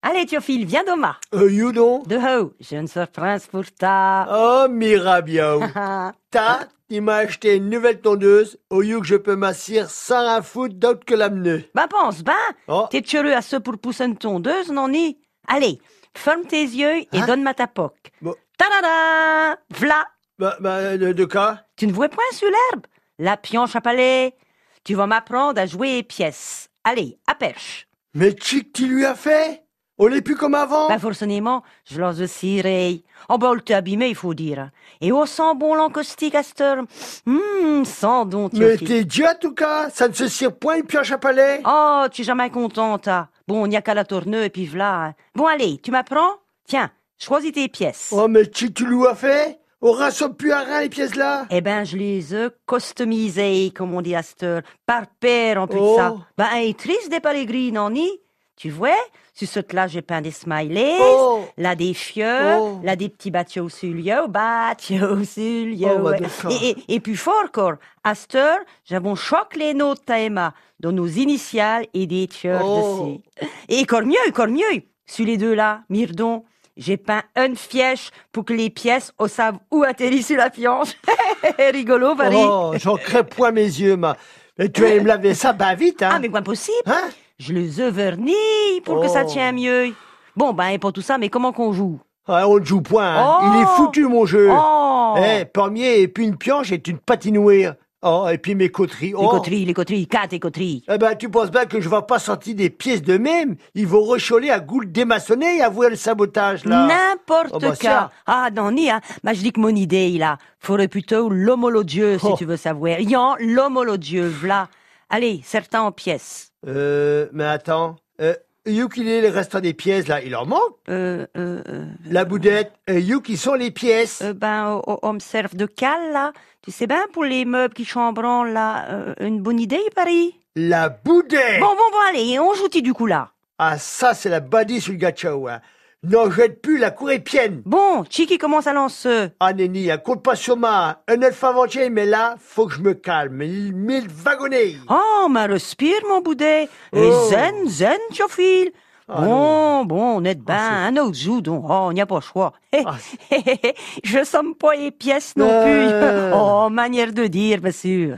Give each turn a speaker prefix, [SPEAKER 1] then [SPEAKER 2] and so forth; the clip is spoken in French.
[SPEAKER 1] Allez, Théophile, viens d'Oma.
[SPEAKER 2] Euh, you know
[SPEAKER 1] De ho, j'ai une surprise pour ta.
[SPEAKER 2] Oh, Mirabiao. Ta, il m'a acheté une nouvelle tondeuse au lieu que je peux m'assir sans la foutre d'autre que l'amener.
[SPEAKER 1] Bah pense, bah,
[SPEAKER 2] Oh.
[SPEAKER 1] t'es curieux à ce pour pousser une tondeuse, non ni Allez, ferme tes yeux et
[SPEAKER 2] Hein
[SPEAKER 1] donne-moi ta poque.
[SPEAKER 2] Bon.
[SPEAKER 1] Ta-da-da V'là
[SPEAKER 2] Bah, bah, de, de quoi
[SPEAKER 1] Tu ne vois point sur l'herbe La pionche à palais Tu vas m'apprendre à jouer les pièces. Allez, à perche
[SPEAKER 2] Mais chic, tu lui as fait On n'est plus comme avant
[SPEAKER 1] Ben, forcément, je lance Oh, aussi ray. En bol, t'es ben, abîmé, il faut dire. Et au sang bon l'encaustique, Astor. Hum, sans don,
[SPEAKER 2] Mais
[SPEAKER 1] Théophile.
[SPEAKER 2] t'es Dieu en tout cas, ça ne se cire point une pioche à palais.
[SPEAKER 1] Oh, tu es jamais contente. hein. Bon, il n'y a qu'à la tourneuse et puis voilà. hein. Bon, allez, tu m'apprends Tiens, choisis tes pièces.
[SPEAKER 2] Oh, mais chic, tu lui as fait On rassemble plus à rien les pièces là
[SPEAKER 1] Eh ben, je les ai customisées, comme on dit à cette heure, par paire en plus de ça.
[SPEAKER 2] Oh.
[SPEAKER 1] Ben, hey, triste des palégris, non ni Tu vois, sur ce là j'ai peint des smileys,
[SPEAKER 2] Oh.
[SPEAKER 1] là des fieux,
[SPEAKER 2] Oh.
[SPEAKER 1] là des petits bâtiaux sur lieu, bâtiaux sur lieu,
[SPEAKER 2] Oh, bah,
[SPEAKER 1] ouais.
[SPEAKER 2] d'accord.
[SPEAKER 1] et, et, et puis fort encore, à cette heure, j'avons choc les notes ta Emma, dont nos initiales et des tueurs
[SPEAKER 2] Oh.
[SPEAKER 1] dessus. Et encore mieux, encore mieux, sur les deux-là, Mirdon, j'ai peint une fièche pour que les pièces au savent où atterrir sur la fiance. Rigolo, Paris.
[SPEAKER 2] Oh, j'en crée point mes yeux, ma. Mais tu allais me laver ça, bah vite, hein
[SPEAKER 1] Ah, mais quoi possible
[SPEAKER 2] Hein
[SPEAKER 1] Je les ai vernis pour que ça
[SPEAKER 2] Oh.
[SPEAKER 1] tient mieux. Bon, ben, et pour tout ça, mais comment qu'on joue
[SPEAKER 2] Ah, On ne joue point, hein.
[SPEAKER 1] Oh.
[SPEAKER 2] Il est foutu, mon jeu
[SPEAKER 1] Oh
[SPEAKER 2] Eh, premier, et puis une pioche et une patinoire. Oh, et puis mes coteries.
[SPEAKER 1] Les
[SPEAKER 2] Oh.
[SPEAKER 1] coteries, les coteries, quatre les coteries.
[SPEAKER 2] Eh ben, tu penses bien que je vais pas sortir des pièces de même Ils vont recholer à goule démaçonner et avouer le sabotage, là.
[SPEAKER 1] N'importe
[SPEAKER 2] Oh, bah,
[SPEAKER 1] quoi.
[SPEAKER 2] ça.
[SPEAKER 1] Ah, non, ni, hein. Bah, je dis que mon idée, il a. Faudrait plutôt l'homologieux, si
[SPEAKER 2] Oh.
[SPEAKER 1] tu veux savoir. Yan, l'homologieux, v'là. Allez, certains en pièces.
[SPEAKER 2] Euh, mais attends. Euh, you qu'il est le restant des pièces, là, il en manque
[SPEAKER 1] Euh, euh, euh,
[SPEAKER 2] La boudette, euh, you qui sont les pièces
[SPEAKER 1] euh, ben, on, on me serve de cale, là. Tu sais bien, pour les meubles qui chambranlent, là, euh, une bonne idée, Paris.
[SPEAKER 2] La boudette
[SPEAKER 1] Bon, bon, bon, allez, on joue-t-il du coup, là?
[SPEAKER 2] Ah, ça, c'est la badie sur le gâteau, hein. N'en jette plus la cour épienne.
[SPEAKER 1] Bon, Chiki commence à lancer.
[SPEAKER 2] Ah, Nenni, hein, compte pas sur moi. hein. Un elfe avancé, mais là, faut que je me calme. Il mille wagonnets.
[SPEAKER 1] Oh, mais respire, mon boudet. Et
[SPEAKER 2] Oh.
[SPEAKER 1] zen, zen, tu files.
[SPEAKER 2] Ah,
[SPEAKER 1] bon, bon, on est de bain. un autre joue, donc. Oh, on n'y a pas le choix. Hé,
[SPEAKER 2] Ah,
[SPEAKER 1] hé, hé, hé, Je somme pas les pièces non
[SPEAKER 2] Euh.
[SPEAKER 1] plus. Oh, manière de dire, bien sûr.